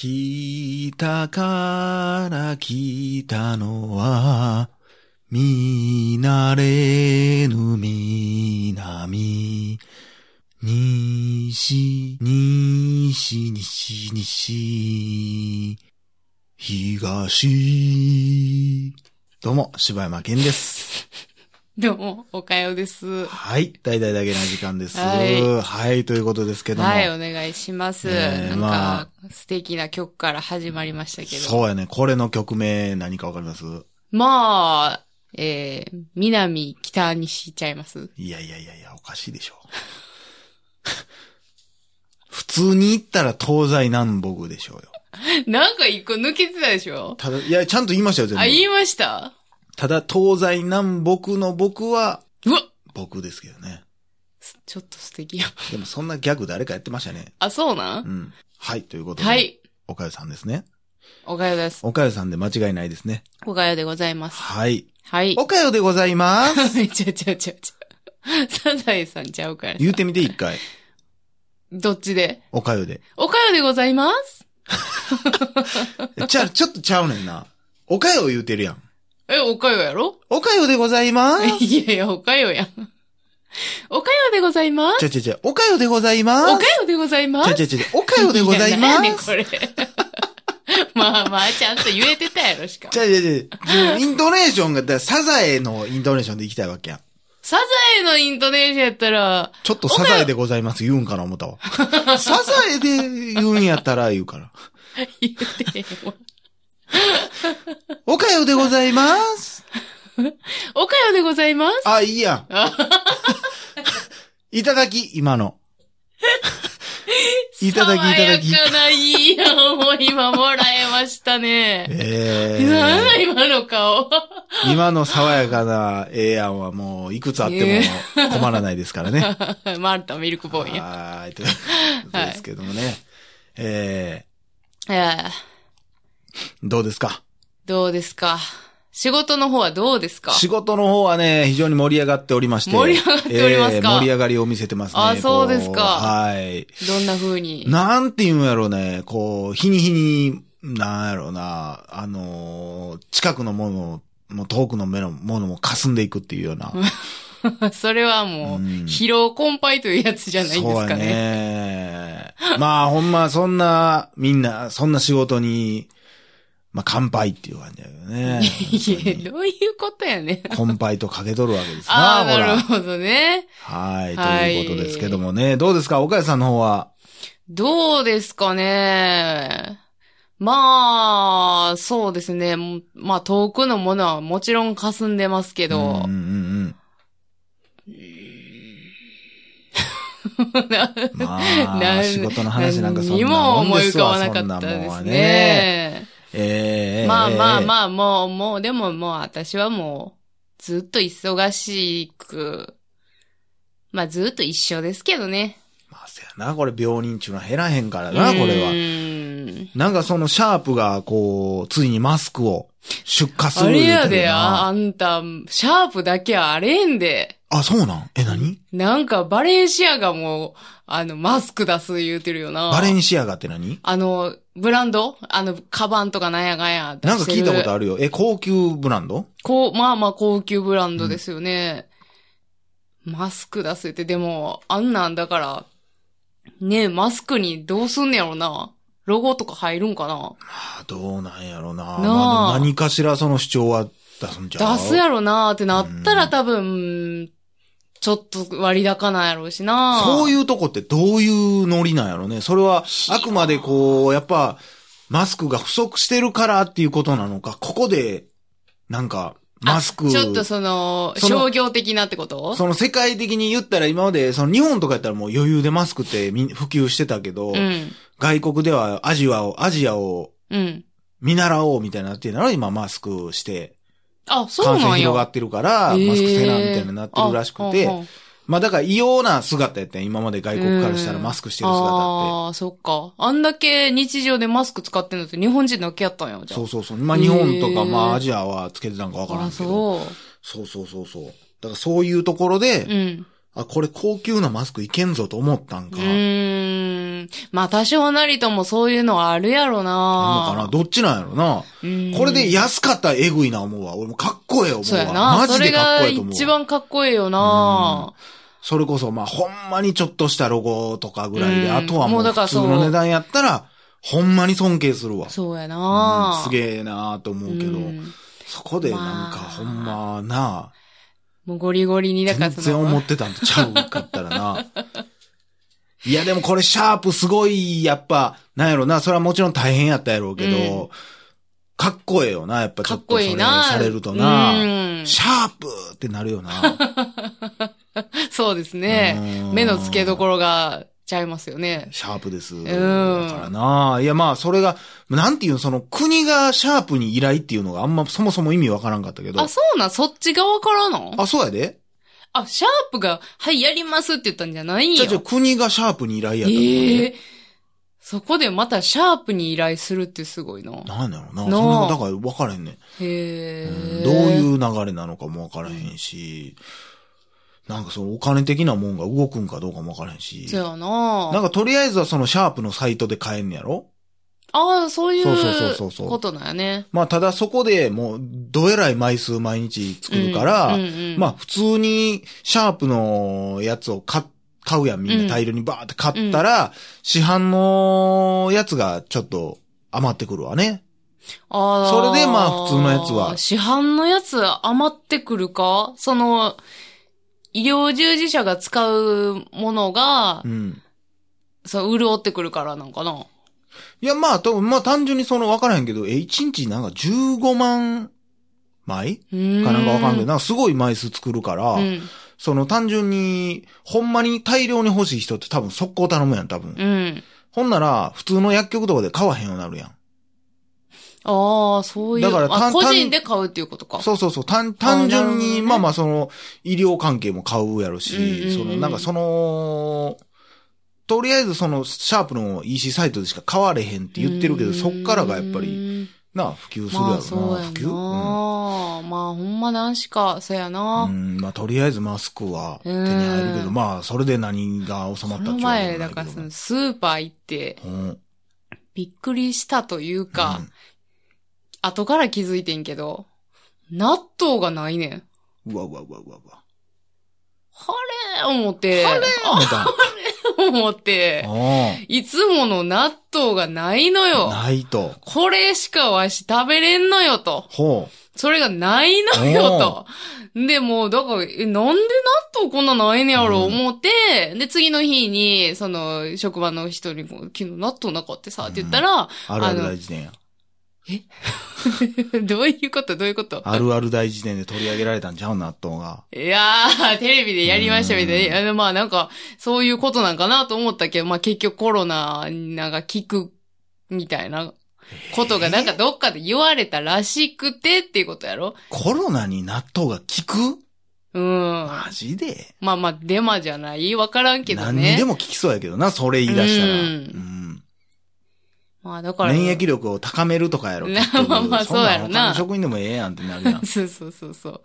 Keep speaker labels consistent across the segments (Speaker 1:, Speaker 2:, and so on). Speaker 1: 北から来たのは、見慣れぬ南。西、西、西、西。東。どうも、柴山健です。
Speaker 2: どうも、おかよです。
Speaker 1: はい。大々だけの時間です。は。
Speaker 2: はいい
Speaker 1: ということですけども。
Speaker 2: はい、お願いします。
Speaker 1: えー
Speaker 2: なんか、
Speaker 1: ま
Speaker 2: 素敵な曲から始まりましたけど。
Speaker 1: そうやね。これの曲名何かわかります
Speaker 2: まあ、えー、南、北にしちゃいます。
Speaker 1: いやいやいやいや、おかしいでしょ。 普通に言ったら東西南北でしょうよ。
Speaker 2: なんか一個抜けてたでしょ
Speaker 1: ただ、いや、ちゃんと言いましたよ、全
Speaker 2: あ、言
Speaker 1: 部。
Speaker 2: いました
Speaker 1: ただ、東西南北の僕は、
Speaker 2: うわ
Speaker 1: 僕ですけどね。
Speaker 2: すちょっと素敵や。
Speaker 1: でもそんなギャグ誰かやってましたね。
Speaker 2: あ、そうな
Speaker 1: うんん。はい、ということで。
Speaker 2: はい、
Speaker 1: おかゆさんですね。
Speaker 2: おかよです。
Speaker 1: おかゆさんで間違いないですね。
Speaker 2: おかよでございます。
Speaker 1: はい。
Speaker 2: はい。
Speaker 1: おかゆでございます。
Speaker 2: ちゃうちゃうちゃうちゃう。サザエさんちゃうから。
Speaker 1: 言うてみて一回。
Speaker 2: どっちで
Speaker 1: おかゆで。
Speaker 2: おかよでございます
Speaker 1: ちゃ、ちょっとちゃうねんな。おかゆを言うてるやん。
Speaker 2: え、おかよやろ
Speaker 1: おかゆでございます。
Speaker 2: いやいや、おかよやん。おかよでございます。
Speaker 1: ちゃちゃちゃ、おかゆでございま
Speaker 2: お
Speaker 1: す。
Speaker 2: かよでございま
Speaker 1: ちゃ
Speaker 2: す。
Speaker 1: ちゃちゃ、おかゆでござい
Speaker 2: や
Speaker 1: ま
Speaker 2: 何やねん
Speaker 1: す。
Speaker 2: これ。まあまあ、ちゃんと言えてたやろ、しかも
Speaker 1: ち。ゃちゃちゃ、イントネーションが、だからサザエのイントネーションでいきたいわけやん。
Speaker 2: サザエのイントネーションやったら、
Speaker 1: ちょっとサザエでございます言うんかな思ったわ。サザエで言うんやったら言うから。
Speaker 2: 言ってよ。
Speaker 1: おかゆでございます。
Speaker 2: おかよでございます。
Speaker 1: あ、いい やん。いただき、今 の。いただき、いただき
Speaker 2: 爽。やかないいやもう今もらえましたね。
Speaker 1: え
Speaker 2: なんだ
Speaker 1: ー、
Speaker 2: 今の顔。
Speaker 1: 今の爽やかなええやんはもういくつあっても困らないですからね。
Speaker 2: マルタミルクボーイや。
Speaker 1: はーい、ということですけどもね。え
Speaker 2: えー
Speaker 1: ー、どうですか
Speaker 2: どうですか仕事の方はどうですか
Speaker 1: 仕事の方はね、非常に盛り上がっておりまして。
Speaker 2: 盛り上がっておりますか
Speaker 1: 盛り上がりを見せてますね。
Speaker 2: あそうですか
Speaker 1: こはい。
Speaker 2: どんな風に
Speaker 1: なんて言うんやろうね、こう、日に日に、なんやろうな、あのー近くのものも遠くの目のものも霞んでいくっていうような。
Speaker 2: それはもう、
Speaker 1: うん
Speaker 2: 疲労困憊というやつじゃないです
Speaker 1: そう
Speaker 2: か
Speaker 1: や
Speaker 2: ね。
Speaker 1: ね。まあ、ほんま、そんな、みんな、そんな仕事に、まあ、乾杯っていう感じだけどね。
Speaker 2: いや、どういうことやねん。
Speaker 1: 乾杯とかけとるわけですな、
Speaker 2: ああ、
Speaker 1: ほ
Speaker 2: な
Speaker 1: ら
Speaker 2: る。ほどね。
Speaker 1: はい、と
Speaker 2: はい
Speaker 1: いうことですけどもね。どうですか岡谷さんの方は。
Speaker 2: どうですかね。まあ、そうですね。もまあ、遠くのものはもちろん霞んでますけど
Speaker 1: うんう。んうん。ま あ、仕事の話なんかそんな
Speaker 2: 何も
Speaker 1: もん
Speaker 2: 思い
Speaker 1: です
Speaker 2: 浮か
Speaker 1: わ、
Speaker 2: ばな
Speaker 1: そ
Speaker 2: か
Speaker 1: ん
Speaker 2: っ
Speaker 1: な
Speaker 2: た
Speaker 1: もん
Speaker 2: で
Speaker 1: は
Speaker 2: す
Speaker 1: ね。
Speaker 2: ね。
Speaker 1: ええ
Speaker 2: まあまあ
Speaker 1: あ。
Speaker 2: まあ、もう、もう、でももう、私はもう、ずっと忙しく、まあ、ずっと一緒ですけどね。
Speaker 1: まあ、せやな、これ病人中の減らへんからな、これ
Speaker 2: う
Speaker 1: は。
Speaker 2: ーん
Speaker 1: なんかそのシャープが、こう、ついにマスクを出荷す
Speaker 2: あ
Speaker 1: る
Speaker 2: れ
Speaker 1: 言
Speaker 2: や
Speaker 1: うてる
Speaker 2: で、
Speaker 1: よ
Speaker 2: あ、
Speaker 1: な
Speaker 2: あんた、シャープだけはあれんで。
Speaker 1: あ、そうなんえ、何
Speaker 2: なんか、バレンシアがもう、あの、マスク出す言うてるよな。
Speaker 1: バレンシアガって何
Speaker 2: あの、ブランドあの、カバンとかなんやがんや。
Speaker 1: なんか聞いたこと
Speaker 2: ある。
Speaker 1: あるよ。え、高級ブランド
Speaker 2: こう、まあまあ高級ブランドですよね。マスク出すって、でも、あんなんだから、ねえ、マスクにどうすんねやろな。ロゴとか入るんかな
Speaker 1: あどうなんやろな。
Speaker 2: あ
Speaker 1: まあ、何かしらその主張は出すんちゃう
Speaker 2: 出すやろなーってなったら多分、ちょっと割高なんやろうしな
Speaker 1: そう
Speaker 2: う。
Speaker 1: いうとこってどういうノリなんやろね。それは、あくまでこう、やっぱ、マスクが不足してるからっていうことなのか、ここで、なんか、マスク、
Speaker 2: ちょっとその、
Speaker 1: その
Speaker 2: 商業的なってこと
Speaker 1: その世界的に言ったら今まで、その日本とかやったらもう余裕でマスクってみん普及してたけど、
Speaker 2: うん。
Speaker 1: 外国ではアジアを、アジアを
Speaker 2: うん。
Speaker 1: 見習おうみたいになってるなら今マスクして、
Speaker 2: あ、そう
Speaker 1: 感
Speaker 2: な
Speaker 1: 染
Speaker 2: んや。
Speaker 1: 広がってるから、マスクせなみたいになってるらしくて、
Speaker 2: えーあほんほん
Speaker 1: まあだから異様な姿やったん今まで外国からしたら
Speaker 2: うん
Speaker 1: マスクしてる姿って。
Speaker 2: ああ、そっか。あんだけ日常でマスク使ってんのって日本人だけやったんや、じゃあ。
Speaker 1: そうそうそう。まあ日本とか、
Speaker 2: へー
Speaker 1: まあアジアはつけてたんかわから
Speaker 2: あ
Speaker 1: んけど。
Speaker 2: そ
Speaker 1: そうそうそうそう。だからそういうところで、
Speaker 2: う。うん。
Speaker 1: あ、これ高級なマスクいけんぞと思ったん
Speaker 2: う
Speaker 1: か。
Speaker 2: ーん。まあ、多少なりともそういうのはあるやろな
Speaker 1: あんのかなどっちなんやろな。
Speaker 2: うん
Speaker 1: これで安かったらえぐいな思うわ。俺もかっこええ思う
Speaker 2: そうや
Speaker 1: わ。
Speaker 2: な。
Speaker 1: マジ
Speaker 2: そ
Speaker 1: で
Speaker 2: れ
Speaker 1: かっ
Speaker 2: が
Speaker 1: こええと思うわ。
Speaker 2: 一番かっこいいよな
Speaker 1: それこそ、まあ、ほんまにちょっとしたロゴとかぐらいで、
Speaker 2: うん
Speaker 1: あとはも
Speaker 2: も
Speaker 1: う
Speaker 2: うだ
Speaker 1: 普
Speaker 2: から
Speaker 1: 通
Speaker 2: そう
Speaker 1: の値段やったら、ほんまに尊敬するわ。
Speaker 2: そうや
Speaker 1: う、
Speaker 2: なん
Speaker 1: すげえなーと思うけど、
Speaker 2: ん
Speaker 1: そこでなんか、
Speaker 2: まあ
Speaker 1: ほんまな
Speaker 2: もうゴリゴリに、だか
Speaker 1: 全
Speaker 2: らそ
Speaker 1: 然思
Speaker 2: の、
Speaker 1: ってたんとちゃうかったらな。 いや、でもこれ、シャープすごい、やっぱ、なんやろな、それはもちろん大変やったやろうけど、
Speaker 2: う
Speaker 1: かっこええよな、やっぱち
Speaker 2: か
Speaker 1: ょっ
Speaker 2: っ
Speaker 1: とそ
Speaker 2: こ
Speaker 1: れ
Speaker 2: いいな
Speaker 1: されるとな、
Speaker 2: うん
Speaker 1: シャープってなるよな。
Speaker 2: そうです ね。
Speaker 1: うん
Speaker 2: 目の付けどころがちゃいますよね。
Speaker 1: シャープです。だ
Speaker 2: ん
Speaker 1: からな。いや、まあ、それが、なんていうの、その、国がシャープに依頼っていうのがあんまそもそも意味わからんかったけど。
Speaker 2: あ、そうなんそっち側からの
Speaker 1: あ、そうやで。
Speaker 2: あ、シャープが、はい、やりますって言ったんじゃないん
Speaker 1: じゃ
Speaker 2: や
Speaker 1: あ、じゃあ。国がシャープに依頼やったってこと
Speaker 2: え
Speaker 1: ね
Speaker 2: えそこでまたシャープに依頼するってすごいな。
Speaker 1: なんやろな。
Speaker 2: なあ
Speaker 1: そんな、だから分からへんねん、
Speaker 2: へ
Speaker 1: うん
Speaker 2: え。
Speaker 1: どう
Speaker 2: う。
Speaker 1: いう流れなのかも分からへんし、なんかそのお金的なもんが動くんかどうかも分からへんし。
Speaker 2: そう
Speaker 1: な
Speaker 2: や
Speaker 1: ん
Speaker 2: な
Speaker 1: かとりあえずはそのシャープのサイトで買えんねやろ
Speaker 2: ああ、そうい
Speaker 1: そうそうそうそう
Speaker 2: う
Speaker 1: そう
Speaker 2: ことなんやね。
Speaker 1: まあただそこでもうどえらい枚数毎日作るから、
Speaker 2: うんうんうん
Speaker 1: まあ普通にシャープのやつを買買うやんみんな大量にバーって買ったら、市販のやつがちょっと余ってくるわね。
Speaker 2: あー
Speaker 1: それでまあ普通のやつは
Speaker 2: 市販のやつ余ってくるかその、医療従事者が使うものが、
Speaker 1: うん。
Speaker 2: そう、潤ってくるからなんかな。
Speaker 1: いやまあと、まあ単純にその分からへんけど、え、1日なんか15万枚
Speaker 2: うーん。
Speaker 1: かなんかわかんない。なんかすごい枚数作るから、
Speaker 2: うん。
Speaker 1: その単純に、ほんまに大量に欲しい人って多分速攻頼むやん、多分。
Speaker 2: うん。
Speaker 1: ほんなら、普通の薬局とかで買わへんようになるやん。
Speaker 2: ああ、そういう。
Speaker 1: だから単
Speaker 2: あ個人で買うっていうことか。
Speaker 1: そうそうそう。単、単純
Speaker 2: なるほ
Speaker 1: に、
Speaker 2: どね
Speaker 1: まあまあ、その、医療関係も買うやろし、
Speaker 2: うんうんうん
Speaker 1: その、なんかその、とりあえずその、シャープの EC サイトでしか買われへんって言ってるけど、
Speaker 2: うーん
Speaker 1: そっからがやっぱり、、な、普及するやろな、
Speaker 2: まあそうやな
Speaker 1: 普及、
Speaker 2: まあほんまなんしか、そうや
Speaker 1: うん、
Speaker 2: な。
Speaker 1: うんまあ、とりあえずマスクは手に入るけど、
Speaker 2: うん
Speaker 1: まあ、それで何が収まっ
Speaker 2: こ
Speaker 1: たっ
Speaker 2: の
Speaker 1: ちゅうわけじ
Speaker 2: 前、
Speaker 1: ゃない
Speaker 2: だ
Speaker 1: け
Speaker 2: から
Speaker 1: ど
Speaker 2: そのスーパー行って、
Speaker 1: うん
Speaker 2: びっくりしたというか、
Speaker 1: うん
Speaker 2: 後から気づいてんけど、納豆がないねん。
Speaker 1: うわうわうわうわうわ。
Speaker 2: はれー思って、はれ
Speaker 1: あ なた
Speaker 2: ー思って、
Speaker 1: う
Speaker 2: いつもの納豆がないの
Speaker 1: ん
Speaker 2: よ。
Speaker 1: ないと。
Speaker 2: これしかわし食べれんのよと。
Speaker 1: ほ
Speaker 2: それがないのよと。で、もう、だから、え、なんで納豆こんなないんやろ
Speaker 1: うん
Speaker 2: 思って、で、次の日に、その、職場の人にこう、昨日納豆なかったさ、って言ったら、
Speaker 1: う。あるある大辞典や。
Speaker 2: どういうことどういうこと
Speaker 1: あるある大辞典で取り上げられたんちゃう納豆が。
Speaker 2: いやー、テレビでやりましたみたい
Speaker 1: うん
Speaker 2: な。あのまあなんか、そういうことなんかなと思ったけど、まあ結局コロナなんか効く、みたいなことがなんかどっかで言われたらしくてっていうことやろ
Speaker 1: コロナに納豆が効く
Speaker 2: うん。ま
Speaker 1: マジで。
Speaker 2: あまあ、デマじゃないわからんけどね。
Speaker 1: 何にでも効きそうやけどな、それ言い出したら。う
Speaker 2: うん
Speaker 1: ん。
Speaker 2: まあだから。
Speaker 1: 免疫力を高めるとかやろ。
Speaker 2: な
Speaker 1: 結局
Speaker 2: まあまあそうやろなん。
Speaker 1: ん他の職員でもええやんってなるやん
Speaker 2: そうそうそうそう。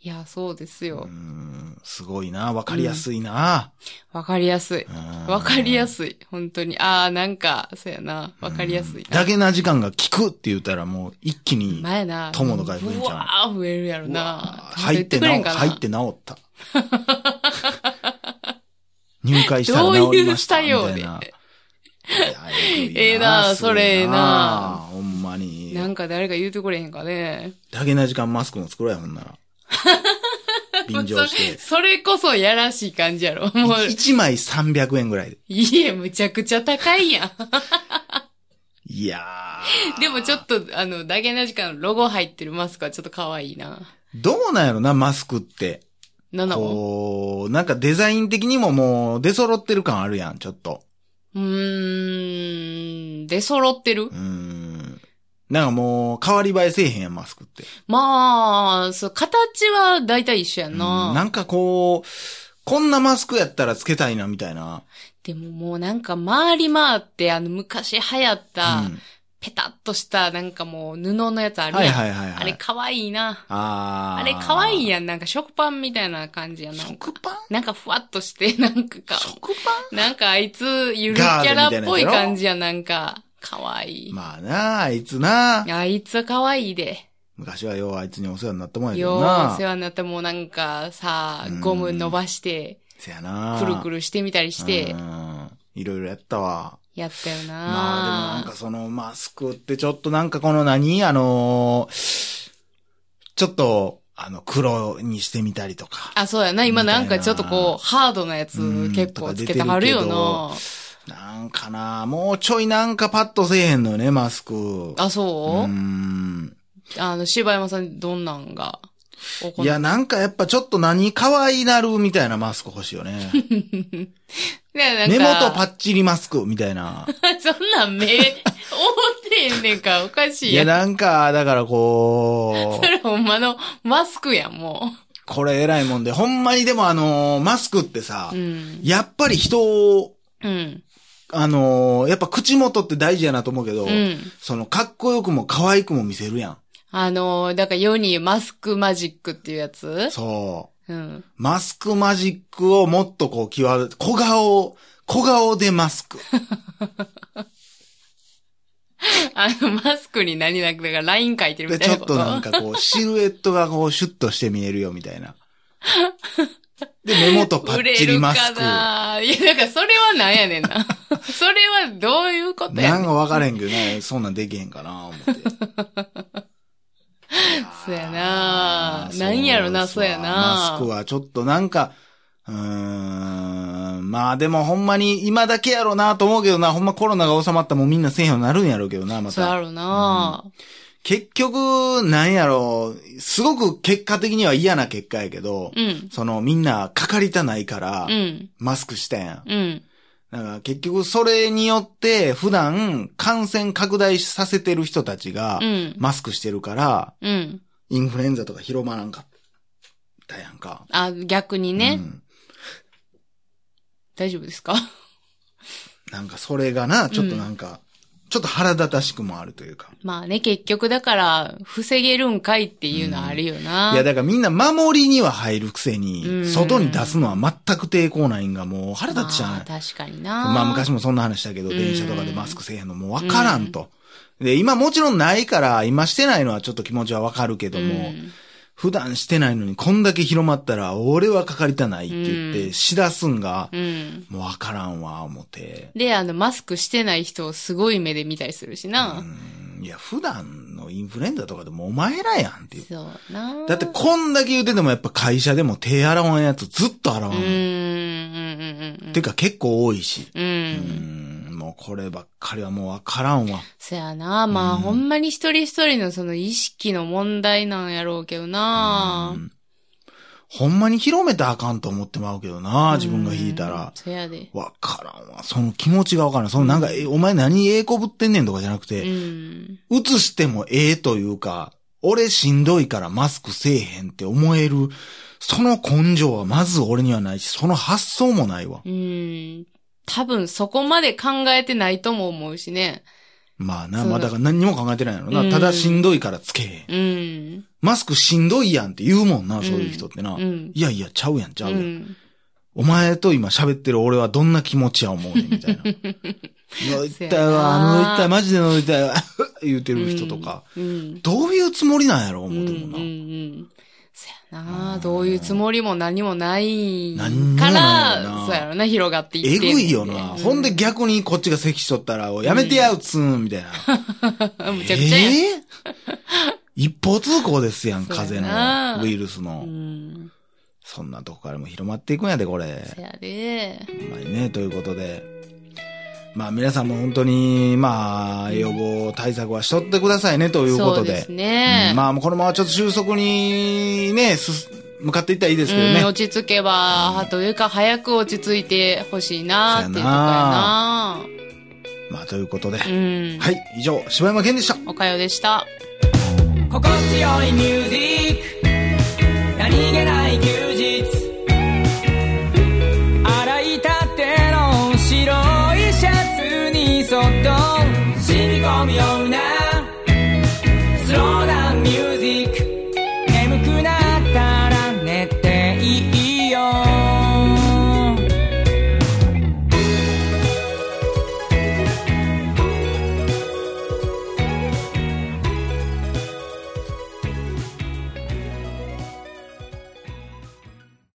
Speaker 2: いや、 そうです
Speaker 1: う
Speaker 2: よ。
Speaker 1: んすごいな、わかりやすいな。
Speaker 2: わかりやすい。わかりや
Speaker 1: い。
Speaker 2: すい。本当に。ああ、なんか、そうやな。わかりやすい
Speaker 1: うん
Speaker 2: な。
Speaker 1: だけな時間が効くって言ったらもう一気に。
Speaker 2: 前やな。
Speaker 1: 友の会増えんちゃう
Speaker 2: うわー増えるやろ
Speaker 1: う
Speaker 2: な
Speaker 1: わ。
Speaker 2: ちゃんと
Speaker 1: 入
Speaker 2: 言
Speaker 1: っ
Speaker 2: ってて
Speaker 1: 治
Speaker 2: くれん
Speaker 1: っ
Speaker 2: かな
Speaker 1: 入って治った。 入会した
Speaker 2: ど
Speaker 1: ら
Speaker 2: う
Speaker 1: 治り
Speaker 2: い
Speaker 1: ま
Speaker 2: う
Speaker 1: し
Speaker 2: したた
Speaker 1: みた
Speaker 2: よ
Speaker 1: い
Speaker 2: で。
Speaker 1: な。
Speaker 2: ええなそれええな
Speaker 1: あほんまに。
Speaker 2: なんか誰か言うてくれへんかね。
Speaker 1: だけな時間マスクも作ろうや、ほんな ら。便乗して。
Speaker 2: それこそやらしい感じ やろ。もう、
Speaker 1: 1枚300円ぐらいで。
Speaker 2: いえ、むちゃくちゃ高いやん。
Speaker 1: いやー。
Speaker 2: でもちょっと、あの、ダゲな時間のロゴ入ってるマスクはちょっと可愛いな。
Speaker 1: どうなんやろな、マスクって。
Speaker 2: なんだも
Speaker 1: こう、なんかデザイン的にももう出揃ってる感あるやん、ちょっと。
Speaker 2: うーん、出揃ってる
Speaker 1: うーん。なんかもう、変わり映えせえへんやん、マスクって。
Speaker 2: まあ、そう、形は大体一緒や
Speaker 1: うん
Speaker 2: な。
Speaker 1: んなんかこう、こんなマスクやったらつけたいな、みたいな。
Speaker 2: でももうなんか回り回って、あの、昔流行った
Speaker 1: うん、
Speaker 2: ペタッとした、なんかもう布のやつあるやん。
Speaker 1: はいはいはいはい。
Speaker 2: あれかわいいな。
Speaker 1: あー
Speaker 2: あれかわいいやん。なんか食パンみたいな感じやな。
Speaker 1: 食パン
Speaker 2: なんかふわっとして、なんかか、
Speaker 1: 食パ
Speaker 2: なんかあいつ、ゆるキャラっぽい感じやん。なんか、かわいい。
Speaker 1: ンまあなあ、あいつな
Speaker 2: あいつはかわいいで。
Speaker 1: 昔はようあいつにお世話になったもんやけ
Speaker 2: よ
Speaker 1: ど
Speaker 2: う、お
Speaker 1: な
Speaker 2: 世話になってもうなんかさ
Speaker 1: うん、
Speaker 2: ゴム伸ばして、
Speaker 1: せやな
Speaker 2: くるく
Speaker 1: る
Speaker 2: るしてみたりして、
Speaker 1: いろいろやったわ。
Speaker 2: やったよな。
Speaker 1: まあでもなんかそのマスクってちょっとなんかこの何あのーちょっと、あの、黒にしてみたりとか。
Speaker 2: あ、そうやな。今なんかちょっとこう、ハードなやつ
Speaker 1: うん
Speaker 2: 結構つけてはるよな。
Speaker 1: なんかなもうちょいなんかパッとせえへんのよね、マスク。
Speaker 2: あ、そうう、
Speaker 1: ん。
Speaker 2: あの、柴山さんどんなんがお好
Speaker 1: い
Speaker 2: み
Speaker 1: や、なんかやっぱちょっと何可愛いなるみたいなマスク欲しい よね。
Speaker 2: ねなんか
Speaker 1: 根元パッチリマスクみたいな。
Speaker 2: そんな ん目、思ってへんねんか。おかし
Speaker 1: い
Speaker 2: いや
Speaker 1: や、
Speaker 2: ん。
Speaker 1: なんか、だからこ、
Speaker 2: そうれほんまのマスクやん、も
Speaker 1: これ偉いもんで、ほんまにでもあのーマスクってさ、
Speaker 2: う。うん。
Speaker 1: やっぱり人を、
Speaker 2: うん。
Speaker 1: あのーやっぱ口元って大事やなと思うけど、
Speaker 2: うん。
Speaker 1: その、かっこよくも可愛くも見せるや
Speaker 2: あのー、だから世にマスクマジックっていうやつ
Speaker 1: ん。そう。
Speaker 2: うん。
Speaker 1: マスクマジックをもっとこう際立て、小顔、小顔でマ スク。
Speaker 2: あの、マスクに何なく、だからライン書いてる
Speaker 1: で、
Speaker 2: みた
Speaker 1: ちょ
Speaker 2: いな
Speaker 1: っ
Speaker 2: こと
Speaker 1: となんかこう、シルエットがこう、シュッとして見えるよみたいな。で、目元パ
Speaker 2: 売
Speaker 1: ッ
Speaker 2: れ
Speaker 1: チ
Speaker 2: る
Speaker 1: リ
Speaker 2: か
Speaker 1: マスク。ない
Speaker 2: や、だからそれはなんやね んな。それはどういうことやね
Speaker 1: ん
Speaker 2: ん。
Speaker 1: かわからへんけどね、そんなんできへんかな、思って。
Speaker 2: そうやな
Speaker 1: あー
Speaker 2: なんやろな、
Speaker 1: そ
Speaker 2: そうう
Speaker 1: です
Speaker 2: や
Speaker 1: わマ
Speaker 2: な
Speaker 1: スクはちょっとなんか、うーん、まあでもほんまに今だけやろなと思うけどな、ほんまコロナが収まったらもうみんなせんようになるんやろうけどな、ま
Speaker 2: そうや
Speaker 1: た。
Speaker 2: ろな、
Speaker 1: 結局、なんやろう、すごく結果的には嫌な結果やけど、
Speaker 2: うん。
Speaker 1: そのみんなかかりたないから
Speaker 2: う、ん。
Speaker 1: マスクしたやん。
Speaker 2: うん。
Speaker 1: だから結局それによって普段感染拡大させてる人たちが
Speaker 2: う、ん。
Speaker 1: マスクしてるから、
Speaker 2: うん。
Speaker 1: インフルエンザとか広まらんかったやんか。
Speaker 2: あ、逆にね。
Speaker 1: うん
Speaker 2: 大丈夫ですか
Speaker 1: なんかそれがな、ちょっとなんか、ちょっと腹立たしくもあるというか。
Speaker 2: まあね、結局だから、防げるんかいっていうのはあるよな。
Speaker 1: いや、だからみんな守りには入るくせ
Speaker 2: う
Speaker 1: に、
Speaker 2: ん
Speaker 1: 外に出すのは全く抵抗ないんがもう腹立っちゃう
Speaker 2: まあ
Speaker 1: ねん。
Speaker 2: 確かにな。
Speaker 1: まあ昔もそんな話したけど、
Speaker 2: うん
Speaker 1: 電車とかでマスクせえへんのもうわからんと。で、今もちろんないから、今してないのはちょっと気持ちはわかるけども、
Speaker 2: うん
Speaker 1: 普段してないのにこんだけ広まったら、俺はかかりたないって言っ
Speaker 2: う
Speaker 1: て、
Speaker 2: ん
Speaker 1: しだすんが、
Speaker 2: うん。
Speaker 1: もうわからんわ、思って。
Speaker 2: で、あの、マスクしてない人をすごい目で見たりするしな。
Speaker 1: うんいや、普段のインフルエンザとかでもお前らやんっていう。
Speaker 2: そうな。
Speaker 1: だってこんだけ言うててもやっぱ会社でも手洗わんやつずっと洗
Speaker 2: う
Speaker 1: わ。
Speaker 2: ん、うんん、うん、うん。
Speaker 1: てか結構多いし。
Speaker 2: う。
Speaker 1: うんん、もうこればっかりはもうわからんわ。
Speaker 2: そやな。まあ、
Speaker 1: うん
Speaker 2: ほんまに一人一人のその意識の問題なんやろうけどな
Speaker 1: う。んほんまに広めたらあかんと思ってまうけどな、自分が引いた
Speaker 2: うん
Speaker 1: ら。
Speaker 2: そやで。
Speaker 1: わからんわ。その気持ちがわからん。そのなんか、え、お前何ええこぶってんねんとかじゃなく
Speaker 2: う
Speaker 1: て、
Speaker 2: ん。
Speaker 1: 映してもええというか、俺しんどいからマスクせえへんって思える、その根性はまず俺にはないし、その発想もないわ。
Speaker 2: うん。多分そこまで考えてないとも思うしね。
Speaker 1: まあな、
Speaker 2: そう
Speaker 1: まあだから何にも考えてないやろ
Speaker 2: う
Speaker 1: な。
Speaker 2: ん
Speaker 1: ただしんどいからつけへん。
Speaker 2: うん。
Speaker 1: マスクしんどいやんって言うもんな、
Speaker 2: ん
Speaker 1: そういう人ってな。
Speaker 2: うん。
Speaker 1: いやいや、ちゃうやん、ちゃ
Speaker 2: う
Speaker 1: うやん。
Speaker 2: ん。
Speaker 1: お前と今喋ってる俺はどんな気持ちや思うねん、み たいな。喉痛いわ、喉痛い、マジで喉痛いわ、 言うてる人とか。
Speaker 2: うん。
Speaker 1: どういうつもりなんやろ、
Speaker 2: うん。
Speaker 1: 思うて
Speaker 2: うん
Speaker 1: もな。
Speaker 2: うん。そや
Speaker 1: う。
Speaker 2: なんどういうつもりも何もない
Speaker 1: 何にも
Speaker 2: か
Speaker 1: ないよな
Speaker 2: ら、そうやろな、広がってい
Speaker 1: え
Speaker 2: ってんねん
Speaker 1: ぐ
Speaker 2: で。
Speaker 1: いよな。
Speaker 2: う
Speaker 1: ほんで、逆にこっちが咳しとったら、おいやめてやうつーん、みたいな。
Speaker 2: むちゃくちゃやん。
Speaker 1: えー一方通行ですやん、
Speaker 2: そうや
Speaker 1: 風邪
Speaker 2: な
Speaker 1: の、ウイルス
Speaker 2: う
Speaker 1: の。
Speaker 2: ん。
Speaker 1: そんなとこからも広まっていくんやで、これ。
Speaker 2: そやで。
Speaker 1: ほんまにね、ということで。まあ皆さんも本当に、まあ、予防対策はしとってくださいね、というこ
Speaker 2: そ
Speaker 1: と
Speaker 2: うで
Speaker 1: で。
Speaker 2: すね。
Speaker 1: うんまあもうこのままちょっと収束にね、す向かっていったらいいですけどね
Speaker 2: うん、。落ち着けば、というか早く落ち着いてほしいなっていうとこやな。
Speaker 1: まあということで。
Speaker 2: うん。
Speaker 1: はい、以上、柴山健でした。
Speaker 2: おかよでした。
Speaker 3: 心地よいミュージック